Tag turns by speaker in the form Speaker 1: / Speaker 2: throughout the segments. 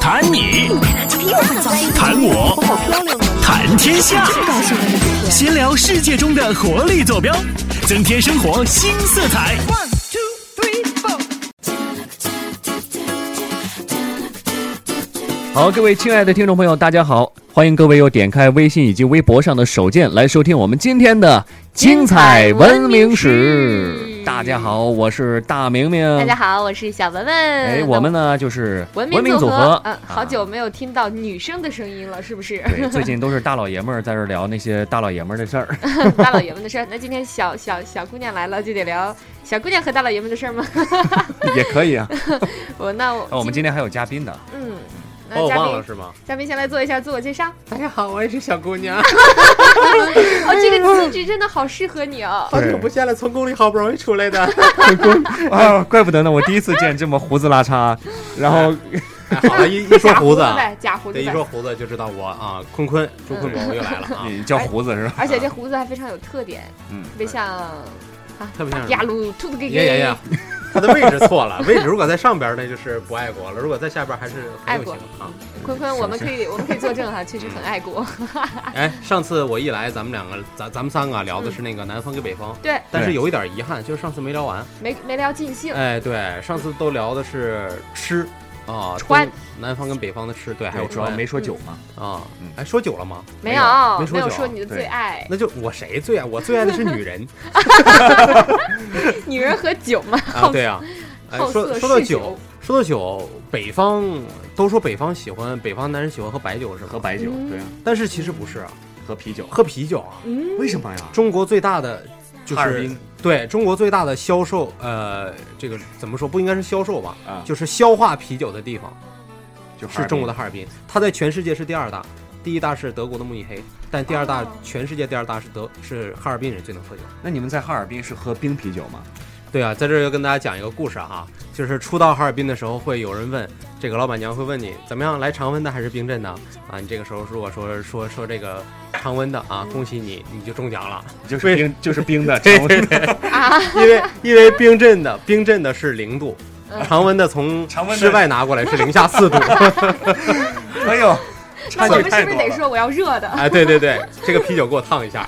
Speaker 1: 谈你，谈我，谈天下，闲聊世界中的活力坐标，增添生活新色彩。
Speaker 2: 好，各位亲爱的听众朋友，大家好！欢迎各位又点开微信以及微博上的首页来收听我们今天的精彩文明史。大家好，我是大明
Speaker 3: 嗯
Speaker 2: 明。
Speaker 4: 大家好，我是小文文。
Speaker 2: 哎，我们呢就是
Speaker 4: 文
Speaker 2: 明
Speaker 4: 组
Speaker 2: 合。呃啊
Speaker 3: 啊
Speaker 4: 嗯，好久没有听到女生的声音了，是 不是？
Speaker 2: 对，最近都是大老爷们儿在这聊那些大老爷们儿的事 儿。
Speaker 4: 大老爷们的事儿，那今天小小小姑娘来了，就得聊小姑娘和大老爷们的事儿吗？
Speaker 2: 也可以啊。
Speaker 4: 我那我
Speaker 3: 哦
Speaker 2: 那哦我们今天还有嘉宾呢。
Speaker 4: 嗯，
Speaker 2: 呃
Speaker 3: 把
Speaker 2: 哦
Speaker 4: 那
Speaker 3: 我
Speaker 4: 嘉
Speaker 3: 哦忘了
Speaker 4: 宾
Speaker 3: 是吗？
Speaker 4: 嘉宾先来做一下自我 介绍。
Speaker 3: 大家哎好，我也是小姑娘，
Speaker 4: 哦，这个资质真的好适合你哦。
Speaker 3: 好久不见了，从宫里好不容易出来的，
Speaker 2: 啊，怪不得呢，我第一次见这么胡子拉碴，然后
Speaker 3: 哎好了，一一 说胡子 啊，
Speaker 4: 呗，假胡子
Speaker 3: 对，一
Speaker 4: 呗。
Speaker 3: 说胡子就知道我啊，坤坤，朱坤宝又来了
Speaker 4: 嗯
Speaker 3: 啊，
Speaker 2: 你叫胡子是吧？
Speaker 4: 而且这胡子还非常有特点，
Speaker 2: 嗯，
Speaker 4: 别像
Speaker 3: 特别像
Speaker 4: 呀噜兔子给
Speaker 3: 呀呀呀
Speaker 4: 给。，
Speaker 3: 他的位置错了，位置如果在上边那就是不爱国了，如果在下边还是很有型啊。
Speaker 4: 坤坤，我们可以我们可以作证哈，确实很 爱国。嗯
Speaker 3: 哎，上次我一来，咱们两个，咱咱们三个啊聊的是那个南方跟北方，
Speaker 4: 对，
Speaker 3: 但是有一点遗憾，就是上次没聊完。
Speaker 4: 没没聊尽兴。
Speaker 3: 哎，对，上次都聊的是吃啊，
Speaker 4: 穿
Speaker 3: 东南方跟北方的吃，对，还有
Speaker 2: 主要
Speaker 3: 穿
Speaker 2: 没说酒嘛。
Speaker 3: 啊
Speaker 2: 嗯，
Speaker 3: 哎，说酒了吗？
Speaker 4: 没有
Speaker 3: 没，
Speaker 4: 没有
Speaker 3: 酒
Speaker 4: 说
Speaker 3: 啊。
Speaker 4: 你的
Speaker 2: 对
Speaker 4: 最爱，
Speaker 3: 那就我谁最爱？我最爱的是女 人
Speaker 4: 女人和酒嘛。
Speaker 3: 啊， 对啊。哎
Speaker 4: 好，
Speaker 3: 说
Speaker 4: 色
Speaker 3: 说到
Speaker 4: 嗜
Speaker 3: 酒
Speaker 4: 酒，
Speaker 3: 说到酒，北方都说北方喜欢北方男人喜欢喝白酒是吗？
Speaker 2: 喝，白酒，
Speaker 4: 嗯
Speaker 2: 对啊，
Speaker 3: 但是其实不是啊，
Speaker 2: 喝啤酒。
Speaker 3: 喝啤酒啊。
Speaker 4: 嗯，
Speaker 2: 为什么呀？
Speaker 3: 中国最大的就
Speaker 2: 哈尔
Speaker 3: 是
Speaker 2: 滨
Speaker 3: 对中国最大的销售，呃，这个怎么说？不应该是销售吧？
Speaker 2: 啊
Speaker 3: 就是消化啤酒的地方
Speaker 2: 就是
Speaker 3: 中国的哈尔滨，它在全世界是第二大，第一大是德国的慕尼黑，但第二大、
Speaker 4: 哦
Speaker 3: 全世界第二大是德是哈尔滨人最能喝酒。
Speaker 2: 那你们在哈尔滨是喝冰啤酒吗？
Speaker 3: 对啊，在这儿要跟大家讲一个故事哈、就是初到哈尔滨的时候，会有人问这个老板娘会问你怎么样来常温的还是冰镇的啊？你这个时候如果说说说这个常温的啊，恭喜你，你就中奖了，
Speaker 2: 就是冰，就是冰的，
Speaker 3: 对
Speaker 2: 常温的
Speaker 4: 啊，
Speaker 3: 因为因为冰镇的冰镇的是零度
Speaker 4: 嗯，
Speaker 3: 常温的从
Speaker 2: 常温的
Speaker 3: 室外拿过来是零下四度，
Speaker 2: 哎呦，差
Speaker 4: 那
Speaker 2: 距
Speaker 4: 我们是
Speaker 2: 太
Speaker 4: 不
Speaker 2: 多
Speaker 4: 是得
Speaker 2: 了。
Speaker 4: 说我要热的？
Speaker 3: 哎，对对对，这个啤酒给我烫一下，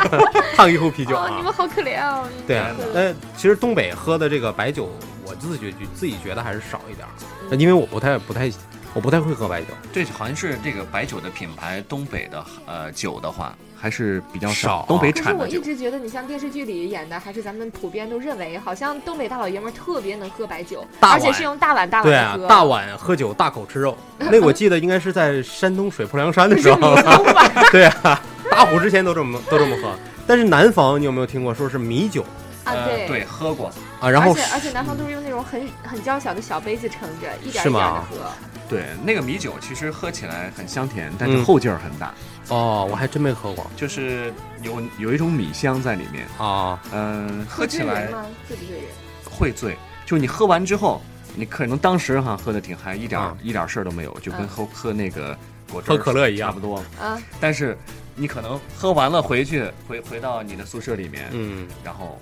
Speaker 3: 烫一壶啤酒
Speaker 4: 哦，你
Speaker 3: 啊，
Speaker 4: 们好可怜哦。
Speaker 3: 对啊
Speaker 2: 天，哪
Speaker 3: 呃，其实东北喝的这个白酒，我自己觉自己觉得还是少一点儿，因为我不太不太我不太会喝白酒。
Speaker 2: 对，好像是这个白酒的品牌，东北的呃酒的话还是比较
Speaker 3: 少
Speaker 2: 东北
Speaker 4: 可是
Speaker 2: 产
Speaker 4: 我
Speaker 2: 的
Speaker 4: 一
Speaker 2: 酒。
Speaker 4: 直觉得你像电视剧里演的，还是咱们普遍都认为，好像东北大老爷们儿特别能喝白酒，
Speaker 3: 大
Speaker 4: 而且
Speaker 3: 碗
Speaker 4: 是用大碗大碗
Speaker 3: 对
Speaker 4: 的
Speaker 3: 啊
Speaker 4: 喝。，
Speaker 3: 大碗喝酒，大口吃 肉。那我记得应该是在山东水泊梁山的
Speaker 4: 不
Speaker 3: 时
Speaker 4: 是你
Speaker 3: 候，
Speaker 4: 老碗，
Speaker 3: 对啊，打虎之前都这么都这么喝。但是南方你有没有听过说是米酒
Speaker 4: 啊，
Speaker 2: 呃，对，。喝过。
Speaker 3: 啊？然后
Speaker 4: 而且而且南方都是用那种很很娇小的小杯子盛着，一点
Speaker 3: 是
Speaker 4: 一点
Speaker 3: 吗
Speaker 4: 的喝。
Speaker 2: 对，那个米酒其实喝起来很香甜，但是
Speaker 3: 嗯
Speaker 2: 后劲儿很大，
Speaker 3: 哦，我还真没喝过
Speaker 2: 就是有有一种米香在里面。
Speaker 3: 啊。
Speaker 2: 嗯、喝
Speaker 4: 会
Speaker 2: 起
Speaker 4: 醉
Speaker 2: 来
Speaker 4: 人吗？醉不醉人？
Speaker 2: 会醉，就你喝完之后，你可能当时哈喝的挺嗨，一点儿、
Speaker 3: 啊
Speaker 2: 一点儿事儿都没有，就跟
Speaker 4: 嗯
Speaker 2: 喝、喝那个果汁
Speaker 3: 喝
Speaker 2: 儿
Speaker 3: 可乐一样
Speaker 2: 差不多。
Speaker 4: 啊，
Speaker 2: 但是你可能喝完了回去，回回到你的宿舍里面，
Speaker 3: 嗯，
Speaker 2: 然后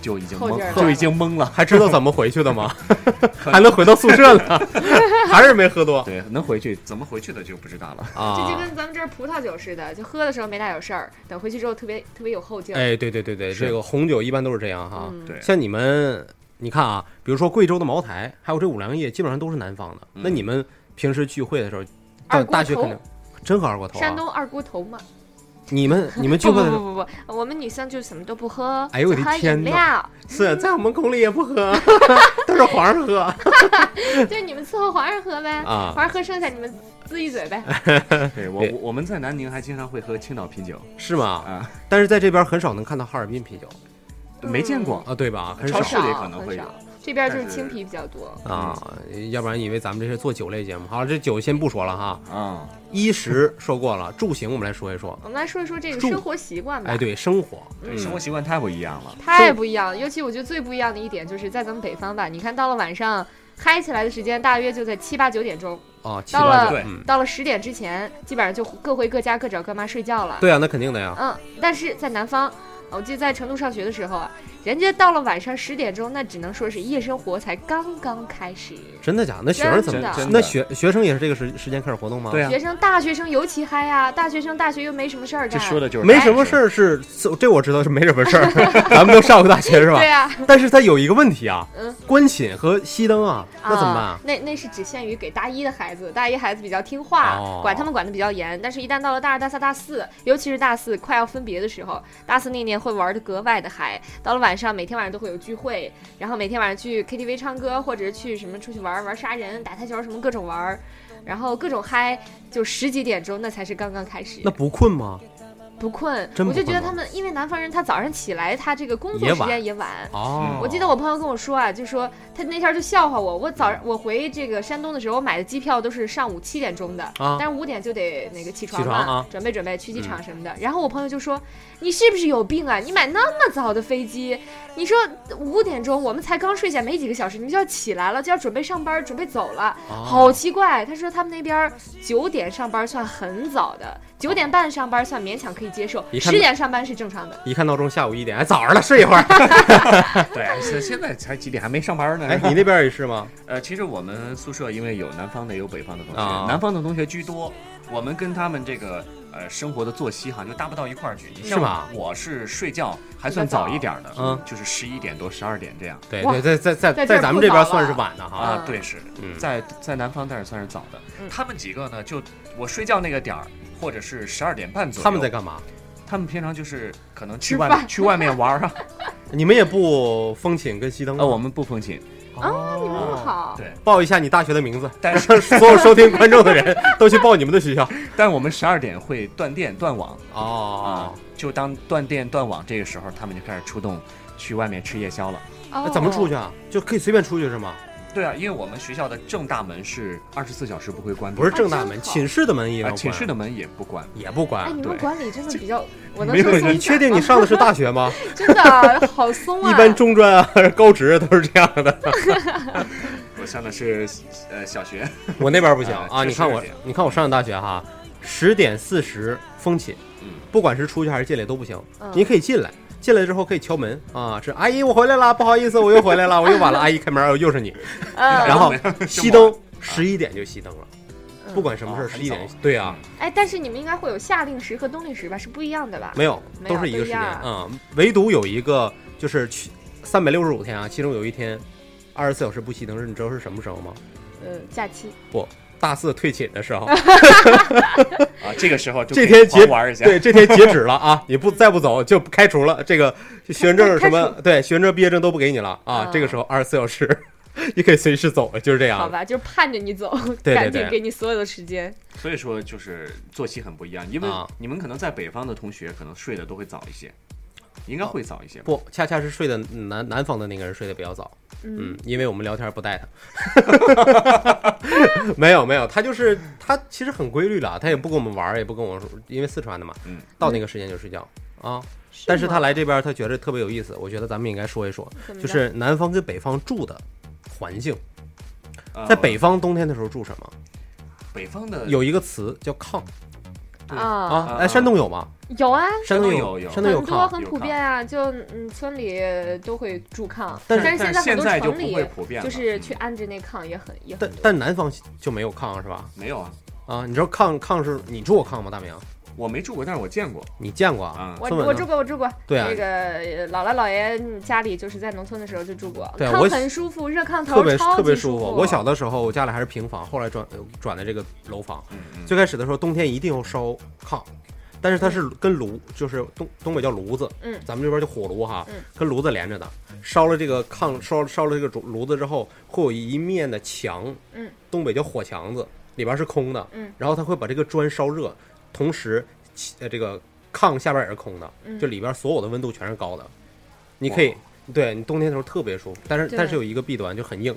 Speaker 2: 就已经
Speaker 4: 后劲儿
Speaker 2: 懵，
Speaker 4: 了
Speaker 2: 就已经懵了，
Speaker 3: 还知道怎么回去的 吗？还能回到宿舍呢？还是没喝多
Speaker 2: 对，能回去怎么回去的就不知道了。
Speaker 4: 这
Speaker 3: 啊？
Speaker 4: 就跟咱们这儿葡萄酒似的，就喝的时候没大有事儿，等回去之后特别特别有后劲儿。
Speaker 3: 哎，对对对对，
Speaker 2: 是
Speaker 3: 这个红酒一般都是这样哈。
Speaker 4: 嗯
Speaker 2: 对，
Speaker 3: 像你们，你看啊，比如说贵州的茅台，还有这五粮液，基本上都是南方的。
Speaker 2: 嗯
Speaker 3: 那你们平时聚会的时候，
Speaker 4: 二
Speaker 3: 到
Speaker 4: 锅
Speaker 3: 大学
Speaker 4: 头
Speaker 3: 肯定真喝二锅头、啊。
Speaker 4: 山东二锅头嘛，
Speaker 3: 你们你们聚
Speaker 4: 不
Speaker 3: 会
Speaker 4: 不
Speaker 3: 的时候，
Speaker 4: 不不不，我们女生就什么都不喝，
Speaker 3: 哎呦我
Speaker 4: 只
Speaker 3: 的
Speaker 4: 喝
Speaker 3: 天
Speaker 4: 饮
Speaker 3: 呐
Speaker 4: 料，
Speaker 3: 是啊在我们宫里也不喝， 都是皇上喝。
Speaker 4: 就是你们伺候皇上喝呗，
Speaker 3: 啊哎
Speaker 4: 皇上喝剩下你们滋一嘴呗。
Speaker 2: 对我哎我我们在南宁还经常会喝青岛啤酒
Speaker 3: 是吗？
Speaker 2: 啊，
Speaker 3: 但是在这边很少能看到哈尔滨啤酒
Speaker 2: 没见过。
Speaker 3: 啊，对吧？很
Speaker 2: 超
Speaker 3: 少
Speaker 2: 市里可能
Speaker 4: 很
Speaker 2: 会
Speaker 4: 少
Speaker 2: 有
Speaker 4: 这边就是
Speaker 2: 但是
Speaker 4: 青啤比较多。
Speaker 3: 啊，要不然以为咱们这是做酒类节目。好了，这酒先不说了哈，
Speaker 2: 啊，
Speaker 3: 衣食说过了，住行我们来说一说。
Speaker 4: 我们来说一说这个
Speaker 3: 住
Speaker 4: 生活习惯吧。
Speaker 3: 哎，对，生活
Speaker 2: 对，生活习惯太不一样了。
Speaker 4: 太不一样了，尤其我觉得最不一样的一点就是在咱们北方吧，你看到了晚上嗨起来的时间大约就在七八九点钟，
Speaker 3: 啊，七
Speaker 4: 到
Speaker 3: 八
Speaker 4: 了
Speaker 3: 九
Speaker 2: 对
Speaker 3: 嗯
Speaker 4: 到了十点之前，基本上就各回各家各找各妈睡觉了。
Speaker 3: 对啊，那肯定的呀。
Speaker 4: 嗯，但是在南方，我记得在成都上学的时候啊，人家到了晚上十点钟，那只能说是夜生活才刚刚开始。
Speaker 3: 真的假的？那学生怎
Speaker 4: 真的
Speaker 3: 么？
Speaker 2: 真的
Speaker 3: 那学学生也是这个时时间开始活动吗？
Speaker 2: 对啊
Speaker 4: 学生大学生尤其嗨呀、大学生大学又没什么事儿
Speaker 2: 这
Speaker 4: 干，
Speaker 2: 说的就是
Speaker 3: 没
Speaker 4: 哎
Speaker 3: 什么事儿是，这我知道是没什么事儿， 咱们都上过大学是吧
Speaker 4: 对？呀、
Speaker 3: 但是它有一个问题啊
Speaker 4: 嗯，
Speaker 3: 关寝和熄灯啊，那怎么办
Speaker 4: 啊
Speaker 3: 啊？
Speaker 4: 那那是只限于给大一的孩子，大一孩子比较听话，
Speaker 3: 哦
Speaker 4: 管他们管的比较严。但是，一旦到了大二、大三、大四，尤其是大四快要分别的时候，大四那年会玩的格外的嗨。到了晚上，每天晚上都会有聚会，然后每天晚上去 KTV 唱歌，或者是去什么出去玩儿玩杀人、打台球什么各种玩儿，然后各种嗨，就十几点钟那才是刚刚开始。
Speaker 3: 那不困吗？
Speaker 4: 不困，
Speaker 3: 真
Speaker 4: 我
Speaker 3: 不
Speaker 4: 就觉得
Speaker 3: 困吗
Speaker 4: 他们，因为南方人他早上起来，他这个工作
Speaker 3: 也
Speaker 4: 时间
Speaker 3: 晚
Speaker 4: 也晚。
Speaker 3: 哦，
Speaker 4: 我记得我朋友跟我说啊，就说他那天儿就笑话我，我早上我回这个山东的时候，我买的机票都是上午七点钟的，
Speaker 3: 啊
Speaker 4: 但是五点就得那个起床
Speaker 3: 起
Speaker 4: 嘛，
Speaker 3: 床啊
Speaker 4: 准备准备去机场什么的。然后我朋友就说：“你是不是有病啊？你买那么早的飞机，你说五点钟我们才刚睡下没几个小时，你们就要起来了，就要准备上班，准备走了，
Speaker 3: 哦
Speaker 4: 好奇怪。”他说他们那边九点上班算很早的，九点半上班算勉强可以接受，
Speaker 3: 哦一看
Speaker 4: 十点上班是正常的。
Speaker 3: 一看闹钟下午一点，哎，早上了，睡一会儿。
Speaker 2: 对，现现在才几点，还没上班呢。
Speaker 3: 哎，你那边也是吗？
Speaker 2: 呃，其实我们宿舍因为有南方的，也有北方的同学，
Speaker 3: 啊
Speaker 2: 南方的同学居多。我们跟他们这个呃生活的作息哈，就搭不到一块儿去。你
Speaker 3: 是
Speaker 2: 像
Speaker 3: 吗
Speaker 2: 我是睡觉还算早一点儿的，
Speaker 3: 嗯
Speaker 2: 就是十一点多、十二点这样。
Speaker 3: 对
Speaker 4: 哇
Speaker 3: 对，在在在
Speaker 4: 在这儿
Speaker 3: 在咱们这边算是晚的哈。
Speaker 2: 啊
Speaker 4: 啊，
Speaker 2: 对，是
Speaker 3: 嗯
Speaker 2: 在在南方，但是算是早的。
Speaker 4: 嗯
Speaker 2: 他们几个呢，就我睡觉那个点儿，或者是十二点半左右，
Speaker 3: 他们在干嘛？
Speaker 2: 他们平常就是可能去
Speaker 4: 吃
Speaker 2: 外
Speaker 4: 饭
Speaker 2: 去外面玩儿 啊。
Speaker 3: 你们也不封寝跟熄灯吗
Speaker 2: 呃，我们不封寝，
Speaker 3: 哦，
Speaker 4: 那么好，
Speaker 2: 对，
Speaker 3: 报一下你大学的名字，
Speaker 2: 但是
Speaker 3: 让所有收听观众的人都去报你们的学校。
Speaker 2: 但我们十二点会断电断网啊
Speaker 3: 哦，，
Speaker 2: 就当断电断网这个时候，他们就开始出动去外面吃夜宵了。
Speaker 4: 哦
Speaker 3: 那怎么出去？啊？就可以随便出去是吗？
Speaker 4: 嗯
Speaker 2: 对啊，因为我们学校的正大门是二十四小时不会关闭
Speaker 3: 不
Speaker 2: 的，
Speaker 3: 是正大门，
Speaker 4: 真好
Speaker 3: 寝室的门也
Speaker 2: 啊、
Speaker 3: 要关
Speaker 2: 寝室的门也不关。
Speaker 3: 也不
Speaker 4: 哎，
Speaker 3: 关。
Speaker 4: 你
Speaker 2: 对
Speaker 4: 们管理真的 比较，我能
Speaker 3: 啊没有
Speaker 4: 说，松
Speaker 3: 你
Speaker 4: 一
Speaker 3: 确定
Speaker 4: 点 吗
Speaker 3: 你上的是大学吗？
Speaker 4: 真的好松啊！
Speaker 3: 一般中专啊、 高职都是这样的。
Speaker 2: 我上的是呃小学，
Speaker 3: 我那边不行
Speaker 2: 啊
Speaker 3: 啊！
Speaker 2: 确实
Speaker 3: 你看
Speaker 2: 是
Speaker 3: 我
Speaker 2: 这样，
Speaker 3: 你看我上的大学哈，十点四十封寝
Speaker 2: 嗯，
Speaker 3: 不管是出去还是进来都不行。
Speaker 4: 嗯
Speaker 3: 你可以进来，进来之后可以敲门啊，是阿姨我回来啦，不好意思我又回来了，我又晚了，阿姨开门，哦又是 你，
Speaker 4: 嗯，
Speaker 3: 然后熄灯，十一点就熄灯了，
Speaker 4: 嗯
Speaker 3: 不管什么事儿，
Speaker 2: 哦
Speaker 3: 十一点
Speaker 2: 啊很早
Speaker 3: 对啊，
Speaker 4: 哎，但是你们应该会有夏令时和冬令时吧？是不一样的吧？
Speaker 3: 没有，
Speaker 4: 没有
Speaker 3: 都是一个时间
Speaker 4: 都一样
Speaker 3: 啊，唯独有一个就是去三百六十五天啊，其中有一天二十四小时不熄灯，你知道是什么时候吗？
Speaker 4: 嗯，假期
Speaker 3: 大四退寝的时候，
Speaker 2: 啊，这个时候就
Speaker 3: 这
Speaker 2: 可以
Speaker 3: 天截
Speaker 2: 狂玩一下，
Speaker 3: 对，这天截止了啊！你不再不走就开除了，这个学生证什么
Speaker 4: 开开，
Speaker 3: 对，学生证、毕业证都不给你了啊！
Speaker 4: 啊
Speaker 3: 这个时候二十四小时， 你可以随时走，就是这
Speaker 4: 好
Speaker 3: 样。
Speaker 4: 吧，就是盼着你走，
Speaker 3: 啊对
Speaker 4: 赶
Speaker 3: 对
Speaker 4: 紧给你所有的时间。
Speaker 2: 所以说就是作息很不一样，因为
Speaker 3: 啊
Speaker 2: 你们可能在北方的同学可能睡得都会早一些，应该会早一些吧。
Speaker 3: 不，恰恰是睡的南南方的那个人睡得比较早，嗯，因为我们聊天不带他， 没有没有，他就是他其实很规律啊了，他也不跟我们玩儿，也不跟我说，因为四川的嘛，
Speaker 2: 嗯，
Speaker 3: 到那个时间就睡觉啊。但是
Speaker 4: 吗嗯
Speaker 3: 他来这边，他觉得特别有意思，我觉得咱们应该说一说，
Speaker 4: 怎么
Speaker 3: 就
Speaker 4: 着
Speaker 3: 是南方跟北方住的环境，
Speaker 2: 呃
Speaker 3: 哦在北方冬天的时候住什么？
Speaker 2: 北方的
Speaker 3: 有一个词叫炕
Speaker 4: 啊，
Speaker 3: 啊
Speaker 2: 啊，
Speaker 3: 哎，山东有吗？
Speaker 4: 有啊，
Speaker 3: 山东
Speaker 2: 山东有有
Speaker 3: 山东有
Speaker 4: 很多
Speaker 3: 炕，
Speaker 4: 很
Speaker 2: 有
Speaker 4: 普
Speaker 2: 炕
Speaker 4: 遍啊，就嗯，村里都会住炕，
Speaker 3: 但
Speaker 4: 是
Speaker 2: 但
Speaker 4: 现
Speaker 2: 是现
Speaker 4: 很多
Speaker 2: 在就
Speaker 4: 城
Speaker 2: 不
Speaker 4: 里
Speaker 2: 会普遍了，嗯
Speaker 4: 就是去安置那炕也很也
Speaker 3: 嗯但
Speaker 4: 很多。
Speaker 3: 但南方就没有炕是吧？
Speaker 2: 没有啊，
Speaker 3: 啊，你知道炕炕是你住过炕吗？大明，
Speaker 2: 我没住过，但是我见过
Speaker 3: 你见过啊？
Speaker 2: 啊，
Speaker 4: 我
Speaker 3: 这么
Speaker 4: 我
Speaker 3: 呢
Speaker 4: 住过，我住过。
Speaker 3: 对啊
Speaker 4: 这个呃姥姥姥爷家里就是在农村的时候就住过，
Speaker 3: 对啊
Speaker 4: 炕
Speaker 3: 我
Speaker 4: 很舒服，热炕头
Speaker 3: 特别
Speaker 4: 超级
Speaker 3: 特别
Speaker 4: 舒
Speaker 3: 舒服。 我小的时候，我家里还是平房，后来转呃转的这个楼房。
Speaker 2: 嗯嗯，
Speaker 3: 最开始的时候，冬天一定要烧炕，但是它是跟炉，就是东东北叫炉子，
Speaker 4: 嗯
Speaker 3: 咱们这边叫火炉哈，
Speaker 4: 嗯
Speaker 3: 跟炉子连着的。烧了这个炕，烧烧了这个炉炉子之后，会有一面的墙，
Speaker 4: 嗯，
Speaker 3: 东北叫火墙子，里边是空的，
Speaker 4: 嗯，
Speaker 3: 然后它会把这个砖烧热，同时，其呃，这个炕下边也是空的，
Speaker 4: 嗯
Speaker 3: 就里边所有的温度全是高的，你可以
Speaker 2: 哇。
Speaker 3: 对你冬天的时候特别舒服，但是
Speaker 4: 对
Speaker 3: 但是有一个弊端就很硬，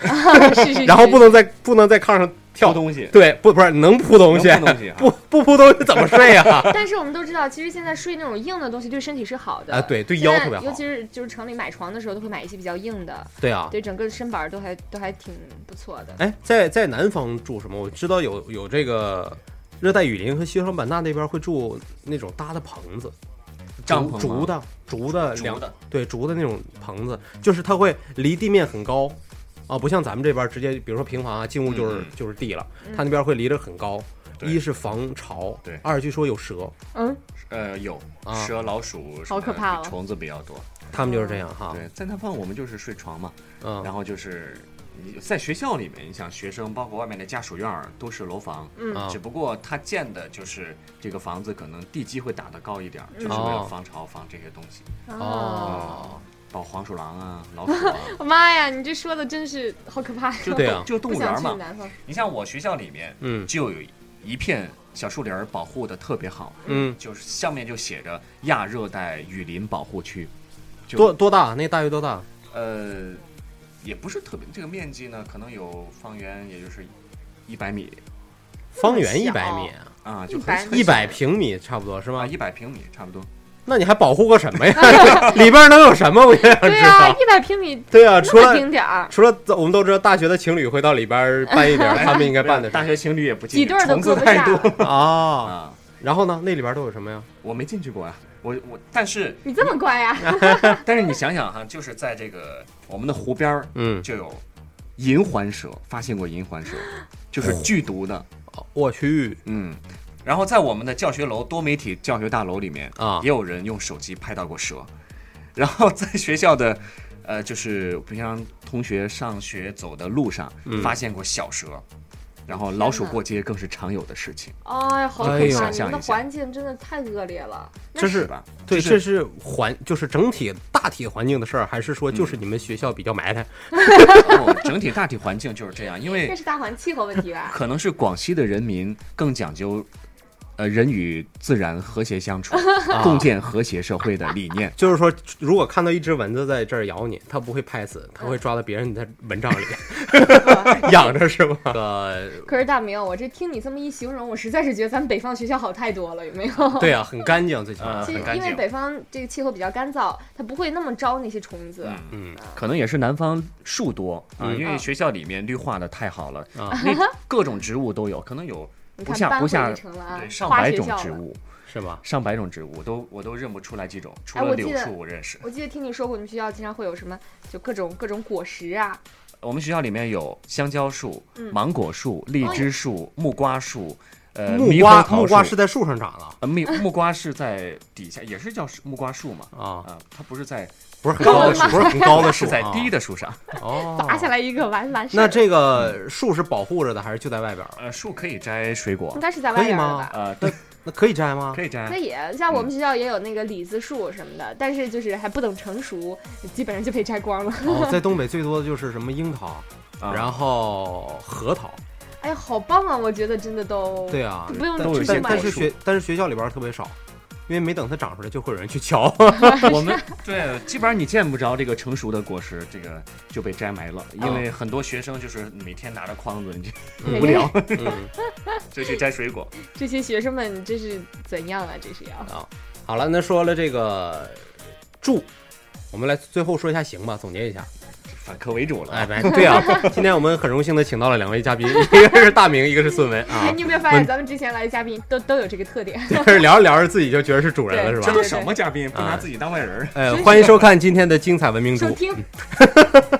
Speaker 4: 是是是
Speaker 3: 然后不能在不能在炕上
Speaker 2: 跳
Speaker 3: 跳，
Speaker 2: 东西，
Speaker 3: 对不不是能铺东西，
Speaker 2: 能铺东西啊
Speaker 3: 不不铺东西怎么睡啊呀？
Speaker 4: 但是我们都知道，其实现在睡那种硬的东西对身体是好的
Speaker 3: 啊，对，对腰特别
Speaker 4: 尤
Speaker 3: 好
Speaker 4: 其，是就是城里买床的时候，都会买一些比较硬的，
Speaker 3: 对啊。
Speaker 4: 对整个身板儿都还都还挺不错的。
Speaker 3: 哎，在在南方住什么？我知道有有这个热带雨林和西双版纳那边会住那种搭的棚子，
Speaker 2: 帐
Speaker 3: 竹
Speaker 2: 篷
Speaker 3: 竹
Speaker 2: 吗
Speaker 3: 的竹的
Speaker 2: 竹
Speaker 3: 两
Speaker 2: 的
Speaker 3: 对竹的那种棚子，就是它会离地面很高啊，不像咱们这边儿直接，比如说平房啊，进屋就是、
Speaker 2: 嗯嗯
Speaker 3: 就是地了，
Speaker 4: 嗯
Speaker 3: 它那边会离得很高。
Speaker 2: 对
Speaker 3: 一是防潮，
Speaker 2: 对
Speaker 3: 二据说有蛇，
Speaker 4: 嗯，
Speaker 2: 呃，有
Speaker 3: 啊
Speaker 2: 蛇、老鼠，
Speaker 4: 好可怕哦
Speaker 2: 虫子比较多。
Speaker 3: 他们就是这样哈。
Speaker 2: 对，在南方我们就是睡床嘛，然
Speaker 3: 嗯，
Speaker 2: 后就是你在学校里面，你想学生包括外面的家属院儿都是楼房，
Speaker 4: 嗯
Speaker 3: 啊
Speaker 2: 只不过它建的就是这个房子可能地基会打得高一点儿，
Speaker 4: 嗯
Speaker 2: 就是为了防潮、防这些东西，
Speaker 4: 哦，
Speaker 3: 哦，
Speaker 2: 包括黄鼠狼啊、老鼠啊，
Speaker 4: 妈呀，你这说的真是好可怕呀！
Speaker 2: 就
Speaker 3: 对
Speaker 2: 动
Speaker 3: 啊
Speaker 2: 就动
Speaker 4: 不
Speaker 2: 物
Speaker 4: 想
Speaker 2: 园
Speaker 4: 去
Speaker 2: 嘛。
Speaker 4: 南方，
Speaker 2: 你像我学校里面
Speaker 3: 嗯
Speaker 2: 就有一片小树林儿保护的特别好，
Speaker 3: 嗯，
Speaker 2: 就是上面就写着亚热带雨林保护区，就
Speaker 3: 多多大？那大约多大？
Speaker 2: 呃，也不是特别，这个面积呢，可能有方圆，也就是一百米
Speaker 3: 方圆一
Speaker 4: 小
Speaker 3: 百米啊，
Speaker 2: 啊，就
Speaker 4: 100
Speaker 2: 很
Speaker 3: 一百平米差不多是
Speaker 2: 啊，
Speaker 3: 吗？
Speaker 2: 一百平米差不多。
Speaker 3: 那你还保护个什么呀？ 里边能有什么？我也想
Speaker 4: 对
Speaker 3: 哎知
Speaker 4: 啊，
Speaker 3: 道。
Speaker 4: 一百平米
Speaker 3: 对啊，除
Speaker 4: 那么
Speaker 3: 了
Speaker 4: 丁点儿，
Speaker 3: 除了我们都知道，大学的情侣会到里边儿搬一点 儿他们应该办的事
Speaker 2: 大学情侣也不进
Speaker 4: 几
Speaker 2: 去，
Speaker 4: 对儿都
Speaker 2: 虫子
Speaker 4: 搁不
Speaker 2: 太
Speaker 4: 下。
Speaker 2: 多
Speaker 3: 啊。
Speaker 2: 啊。
Speaker 3: 然后呢，那里边都有什么呀？
Speaker 2: 我没进去过啊，我我，但是
Speaker 4: 你这 么乖呀？哎
Speaker 2: 但是你想想哈，就是在这个我们的湖边儿
Speaker 3: 嗯，
Speaker 2: 就有银环蛇，发现过银环蛇，就是
Speaker 3: 哦
Speaker 2: 剧毒的，
Speaker 3: 我去
Speaker 2: 嗯。然后在我们的教学楼多媒体教学大楼里面
Speaker 3: 啊
Speaker 2: 也有人用手机拍到过蛇， 然后在学校的，呃，就是平常同学上学走的路上、
Speaker 3: 嗯
Speaker 2: 发现过小蛇，然后老鼠过街更是常有的事情，
Speaker 4: 哎呀，好
Speaker 3: 哎
Speaker 4: 可
Speaker 3: 呦
Speaker 4: 怕！
Speaker 2: 想
Speaker 4: 你
Speaker 2: 象
Speaker 4: 们的
Speaker 2: 一下
Speaker 4: 环境真的太恶劣了。那
Speaker 3: 这是
Speaker 2: 吧？
Speaker 3: 对，
Speaker 2: 这
Speaker 3: 这是环，就是整体大体环境的事儿，还是说就是你们学校比较埋汰？
Speaker 2: 哦整体大体环境就是这样，因
Speaker 4: 这
Speaker 2: 为
Speaker 4: 是大环气候问题吧？
Speaker 2: 可能是广西的人民更讲究，呃，人与自然和谐 相处，共建和谐社会的理念。
Speaker 3: 就是说，如果看到一只蚊子在这儿咬你，它不会拍死，它会
Speaker 4: 嗯
Speaker 3: 抓到别人的蚊 帐里 养着，是吗？呃，
Speaker 4: 可是大明，我这听你这么一形容，我实在是觉得咱们北方学校好太多了，有没有？
Speaker 3: 对啊，很干净，最起码
Speaker 2: 呃
Speaker 4: 其
Speaker 2: 很
Speaker 4: 实
Speaker 2: 干
Speaker 4: 因为
Speaker 2: 净
Speaker 4: 北方这个气候比较干燥，它不会那么招那些虫子。
Speaker 2: 嗯
Speaker 3: 嗯，
Speaker 2: 可能也是南方树多啊，
Speaker 3: 嗯
Speaker 2: 因为
Speaker 4: 嗯
Speaker 2: 学校里面绿化的太好了，
Speaker 3: 啊
Speaker 2: 那各种植物都有，可能有
Speaker 4: 你
Speaker 2: 不
Speaker 4: 看
Speaker 2: 下
Speaker 4: 班
Speaker 2: 不
Speaker 4: 会
Speaker 2: 下
Speaker 4: 就成了啊
Speaker 2: 对，上
Speaker 4: 花
Speaker 2: 百
Speaker 4: 学
Speaker 2: 种
Speaker 4: 校
Speaker 2: 植
Speaker 4: 了
Speaker 2: 物，
Speaker 3: 是吧？
Speaker 2: 上百种植物都我都认不出来几种，除
Speaker 4: 哎
Speaker 2: 了
Speaker 4: 我记
Speaker 2: 柳
Speaker 4: 得
Speaker 2: 树我认识。
Speaker 4: 我记得听你说过，你们学校经常会有什么，就各种各种果实啊，
Speaker 2: 我们学校里面有香蕉树、
Speaker 4: 嗯
Speaker 2: 芒果树、荔枝树、木瓜树，呃，
Speaker 3: 木
Speaker 2: 猕猴
Speaker 3: 瓜，
Speaker 2: 桃
Speaker 3: 木瓜
Speaker 2: 树
Speaker 3: 是在树上长的
Speaker 2: 呃木木瓜是在底下，也是叫木瓜树嘛？
Speaker 3: 啊，
Speaker 2: 啊，它不是在
Speaker 3: 不是很高的
Speaker 4: 高
Speaker 3: 树，
Speaker 4: 的
Speaker 3: 不是很 高的树，啊
Speaker 2: 是在低
Speaker 3: 的
Speaker 2: 的树上。
Speaker 3: 哦。
Speaker 4: 拔下来一个完完事儿。
Speaker 3: 那这个树是保护着的，还是就在外边儿？
Speaker 2: 呃，树可以摘水果
Speaker 4: 应，该是在
Speaker 3: 可
Speaker 4: 外
Speaker 3: 以
Speaker 4: 边
Speaker 3: 吗
Speaker 4: 的吧？
Speaker 2: 呃，对
Speaker 3: 那可以摘吗？
Speaker 2: 可以
Speaker 4: 可
Speaker 2: 摘。
Speaker 4: 以，啊嗯像我们学校也有那个李子树什么的，但是就是还不等成熟，基本上就被摘光了。
Speaker 3: 哦，在东北最多的就是什么樱桃，
Speaker 2: 啊
Speaker 3: 然后核桃。
Speaker 4: 哎呀，好棒啊！我觉得真的都
Speaker 3: 对啊，
Speaker 4: 不用
Speaker 3: 但
Speaker 2: 都有一
Speaker 4: 出去
Speaker 2: 些
Speaker 3: 但
Speaker 2: 果
Speaker 4: 买
Speaker 3: 但。是
Speaker 2: 树
Speaker 3: 学但是学校里边儿特别少，因为没等它长出来就会有人去瞧。
Speaker 2: 我们对，基本上你见不着这个成熟的果实，这个就被摘没了，
Speaker 3: 哦
Speaker 2: 因为很多学生就是每天拿着筐子，你就
Speaker 3: 嗯
Speaker 2: 无聊
Speaker 3: 嗯，
Speaker 2: 就去摘水果。
Speaker 4: 这些学生们这是怎样啊？这是要
Speaker 3: 好了，那说了这个住，我们来最后说一下行吧，总结一下。
Speaker 2: 反客为主了。
Speaker 3: 哎，哎对啊，今天我们很荣幸的请到了两位嘉宾， 一个是大明，一个是孙文
Speaker 4: 哎，
Speaker 3: 啊。
Speaker 4: 你有没有发现咱们之前来的嘉宾都都有这个特 点？
Speaker 3: 就是聊着聊着自己就觉得是主人了，
Speaker 4: 对
Speaker 3: 是
Speaker 2: 这
Speaker 3: 吧
Speaker 4: 真？
Speaker 2: 都
Speaker 4: 的
Speaker 2: 什么嘉宾，不拿
Speaker 3: 啊
Speaker 2: 自己当外人儿
Speaker 3: 呃，欢迎收看今天的精彩文 明
Speaker 4: 收
Speaker 3: 猪。
Speaker 4: 听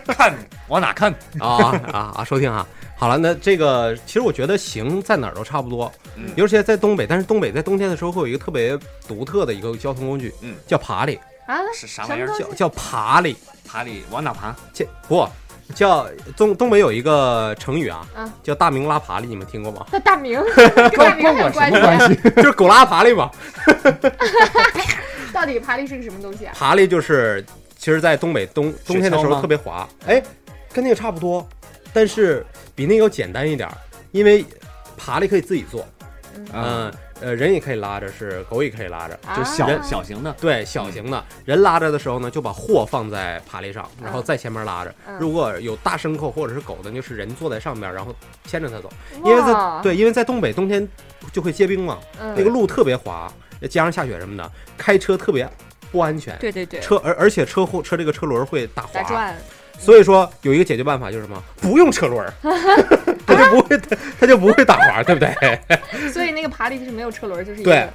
Speaker 2: 看往哪看？
Speaker 3: 啊啊啊！收听啊，好了，那这个其实我觉得行在哪儿都差不多，
Speaker 2: 嗯
Speaker 3: 尤其是在东北，但是东北在冬天的时候会有一个特别独特的一个交通工具，
Speaker 2: 嗯
Speaker 3: 叫爬犁，
Speaker 4: 啊，
Speaker 2: 是啥玩意儿
Speaker 4: 什？么
Speaker 3: 叫叫爬犁，
Speaker 2: 爬里往哪爬？
Speaker 3: 这不叫东东北有一个成语啊，
Speaker 4: 嗯？
Speaker 3: 叫大明拉爬犁，你们听过吗
Speaker 4: 那大明跟大明还有关系啊？
Speaker 2: 系？
Speaker 3: 就是狗拉爬犁嘛，
Speaker 4: 到底爬犁是个什么东西啊？
Speaker 3: 爬犁就是其实，在东北冬冬天的时
Speaker 2: 雪橇
Speaker 3: 候
Speaker 2: 吗
Speaker 3: 特别滑，哎，跟那个差不多，但是比那个要简单一点儿，因为爬犁可以自己做，嗯
Speaker 2: 嗯，
Speaker 3: 呃，人也可以拉着，是狗也可以拉着。
Speaker 2: 就小
Speaker 4: 啊
Speaker 2: 小型的。
Speaker 3: 对，小型的人拉着的时候呢，就把货放在爬犁上，然后
Speaker 4: 嗯
Speaker 3: 在前面拉着。
Speaker 4: 嗯
Speaker 3: 如果有大牲口或者是狗的，就是人坐在上边，然后牵着它走。因为在
Speaker 4: 哇，
Speaker 3: 对，因为在东北冬天就会结冰嘛，
Speaker 4: 嗯
Speaker 3: 那个路特别滑，加上下雪什么的，开车特别不安全。
Speaker 4: 对对对，
Speaker 3: 车而而且车后车这个车轮会打
Speaker 4: 打
Speaker 3: 滑，
Speaker 4: 转，
Speaker 3: 所以说有一个解决办法就是什么？不用车轮儿， 它就不会它它就不会打滑，对不对？
Speaker 4: 所以那个爬犁就是没有车轮，就是一
Speaker 3: 对
Speaker 4: 个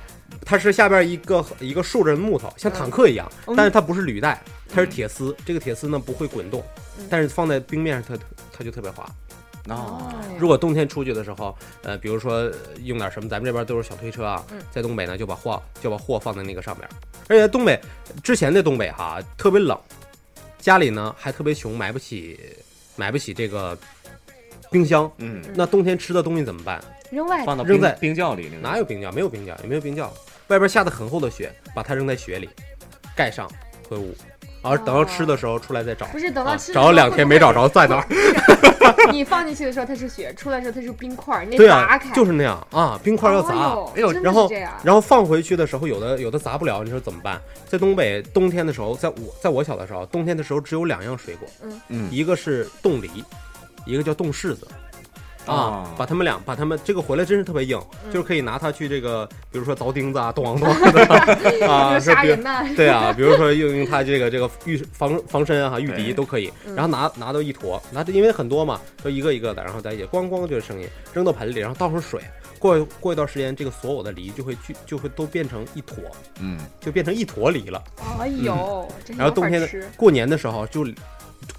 Speaker 3: 它是下边一个一个竖着的木头，像坦克一样，
Speaker 4: 嗯
Speaker 3: 但是它不是履带，它是铁丝。这个铁丝呢不会滚动
Speaker 4: 嗯，
Speaker 3: 但是放在冰面上它它就特别滑。
Speaker 2: 哦，
Speaker 3: 如果冬天出去的时候，呃，比如说呃用点什么，咱们这边都是小推车啊
Speaker 4: 嗯，
Speaker 3: 在东北呢就把货就把货放在那个上面，而且东北之前的东北哈特别冷，家里呢还特别穷，买不起买不起这个冰箱，
Speaker 2: 嗯，
Speaker 3: 那冬天吃的东西怎么办？
Speaker 4: 扔外头
Speaker 2: 放到
Speaker 3: 扔
Speaker 2: 冰
Speaker 3: 在
Speaker 2: 冰窖里那个
Speaker 3: 哪有冰窖？没有冰窖，也没有冰窖。外边下的很厚的雪，把它扔在雪里，盖上回屋，然后等到吃的时候出来再找。
Speaker 4: 哦不是等到
Speaker 3: 啊
Speaker 4: 吃、，
Speaker 3: 找了两天没找着，在哪儿？
Speaker 4: 你放进去的时候它是雪，出来的时候它是冰块儿，你得
Speaker 3: 对啊
Speaker 4: 砸开，，
Speaker 3: 就是是那样啊，冰块要砸。
Speaker 4: 哎
Speaker 3: 哎呦，
Speaker 4: 真的
Speaker 3: 然
Speaker 4: 是
Speaker 3: 后
Speaker 4: 这样，
Speaker 3: 然后放回去的时候，有的有的砸不了，你说怎么办？在东北冬天的时候，在我在我小的时候，冬天的时候只有两样水果，
Speaker 2: 嗯
Speaker 3: 一个是冻梨，一个叫冻柿子。啊
Speaker 2: 哦，
Speaker 3: 把它们俩，把它们这个回来真是特别硬，
Speaker 4: 嗯
Speaker 3: 就是可以拿它去这个，比如说凿钉子 啊，咚咚的啊，
Speaker 4: 就是杀
Speaker 3: 比如
Speaker 4: 人呐，
Speaker 3: 对啊，比如说用用它这个这个御防防身啊、御敌
Speaker 2: 对
Speaker 3: 都可以
Speaker 4: 嗯，
Speaker 3: 然后拿拿到一坨，拿因为很多嘛，都一个一个的，然后在一起咣咣就是声音，扔到盆里，然后倒上水，过过一段时间，这个所有的梨就会聚就会都变成一坨，
Speaker 2: 嗯，
Speaker 3: 就变成一坨梨了。
Speaker 4: 哎呦，真是
Speaker 3: 嗯然后冬
Speaker 4: 没
Speaker 3: 天
Speaker 4: 法
Speaker 3: 的
Speaker 4: 吃
Speaker 3: 过年的时候就。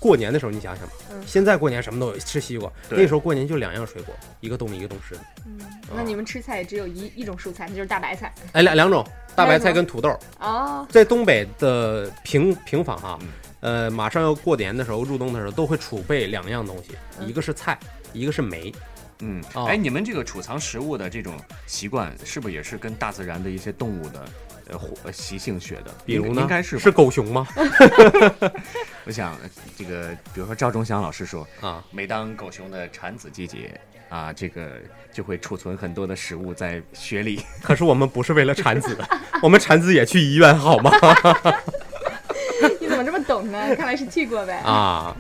Speaker 3: 过年的时候，你想想吧，
Speaker 4: 嗯
Speaker 3: 现在过年什么都有，吃西瓜。
Speaker 2: 对
Speaker 3: 那时候过年就两样水果，一个冻梨，一个冻柿子。
Speaker 4: 嗯，
Speaker 3: 啊
Speaker 4: 那你们吃菜也只有一一种蔬菜，那就是大白菜
Speaker 3: 哎，两两种，大白菜
Speaker 4: 两种
Speaker 3: 跟土豆。
Speaker 4: 哦，
Speaker 3: 在东北的平平房哈
Speaker 2: 嗯，
Speaker 3: 呃，马上要过年的时候、入冬的时候，都会储备两样东西，
Speaker 4: 嗯
Speaker 3: 一个是菜，一个是煤。
Speaker 2: 嗯，
Speaker 3: 哦
Speaker 2: 哎，你们这个储藏食物的这种习惯，是不是也是跟大自然的一些动物的呃活呃习性学的？
Speaker 3: 比如
Speaker 2: 应
Speaker 3: 呢，
Speaker 2: 应该是吧
Speaker 3: 是狗熊 吗？
Speaker 2: 我想呃这个，比如说赵忠祥老师说，
Speaker 3: 啊，
Speaker 2: 每当狗熊的产子季节啊，这个就会储存很多的食物在雪里。
Speaker 3: 可是我们不是为了产子的，我们产子也去医院好吗？
Speaker 4: 你怎么这么懂呢？ 看来是去过呗。
Speaker 3: 啊，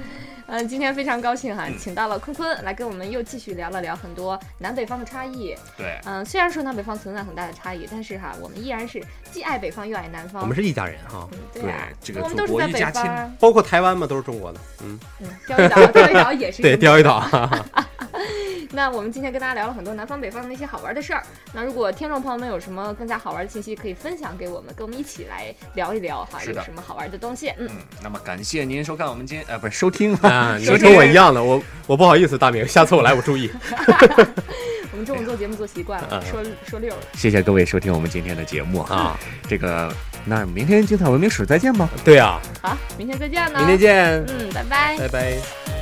Speaker 4: 嗯，今天非常高兴哈、请到了坤坤来跟我们又继续聊了聊很多南北方的差异。
Speaker 2: 对，
Speaker 4: 嗯，虽然说南北方存在很大的差异，但是哈，我们依然是既爱北方又爱南方。
Speaker 3: 我们是一家人哈，
Speaker 4: 嗯对呀、
Speaker 2: 对这个
Speaker 4: 我们都
Speaker 2: 祖
Speaker 4: 是
Speaker 2: 国
Speaker 4: 在
Speaker 2: 一
Speaker 4: 北
Speaker 2: 家亲
Speaker 4: 方啊。
Speaker 3: 包括台湾嘛，都是中国的。嗯，
Speaker 4: 嗯，钓鱼岛，钓鱼岛也是一
Speaker 3: 对，
Speaker 4: 个
Speaker 3: 钓鱼岛。哈哈
Speaker 4: 那我们今天跟大家聊了很多南方北方的一些好玩的事儿。那如果听众朋友们有什么更加好玩的信息，可以分享给我们，跟我们一起来聊一聊哈，
Speaker 2: 是
Speaker 4: 有
Speaker 2: 的
Speaker 4: 什么好玩的东西？嗯，
Speaker 2: 嗯，那么感谢您收看我们今呃不是收听
Speaker 3: 啊，你
Speaker 2: 收
Speaker 3: 们
Speaker 2: 听
Speaker 3: 跟我一样的，我我不好意思，大明，下次我来我注意。
Speaker 4: 我们中午做节目做习惯了，
Speaker 3: 嗯
Speaker 4: 说说溜了，
Speaker 2: 谢谢各位收听我们今天的节目 啊，
Speaker 3: 啊，
Speaker 2: 这个那明天精彩文明史再见吧。
Speaker 3: 对啊，
Speaker 4: 好，明天再见呢。
Speaker 3: 明天见，
Speaker 4: 嗯，拜拜。
Speaker 3: 拜拜。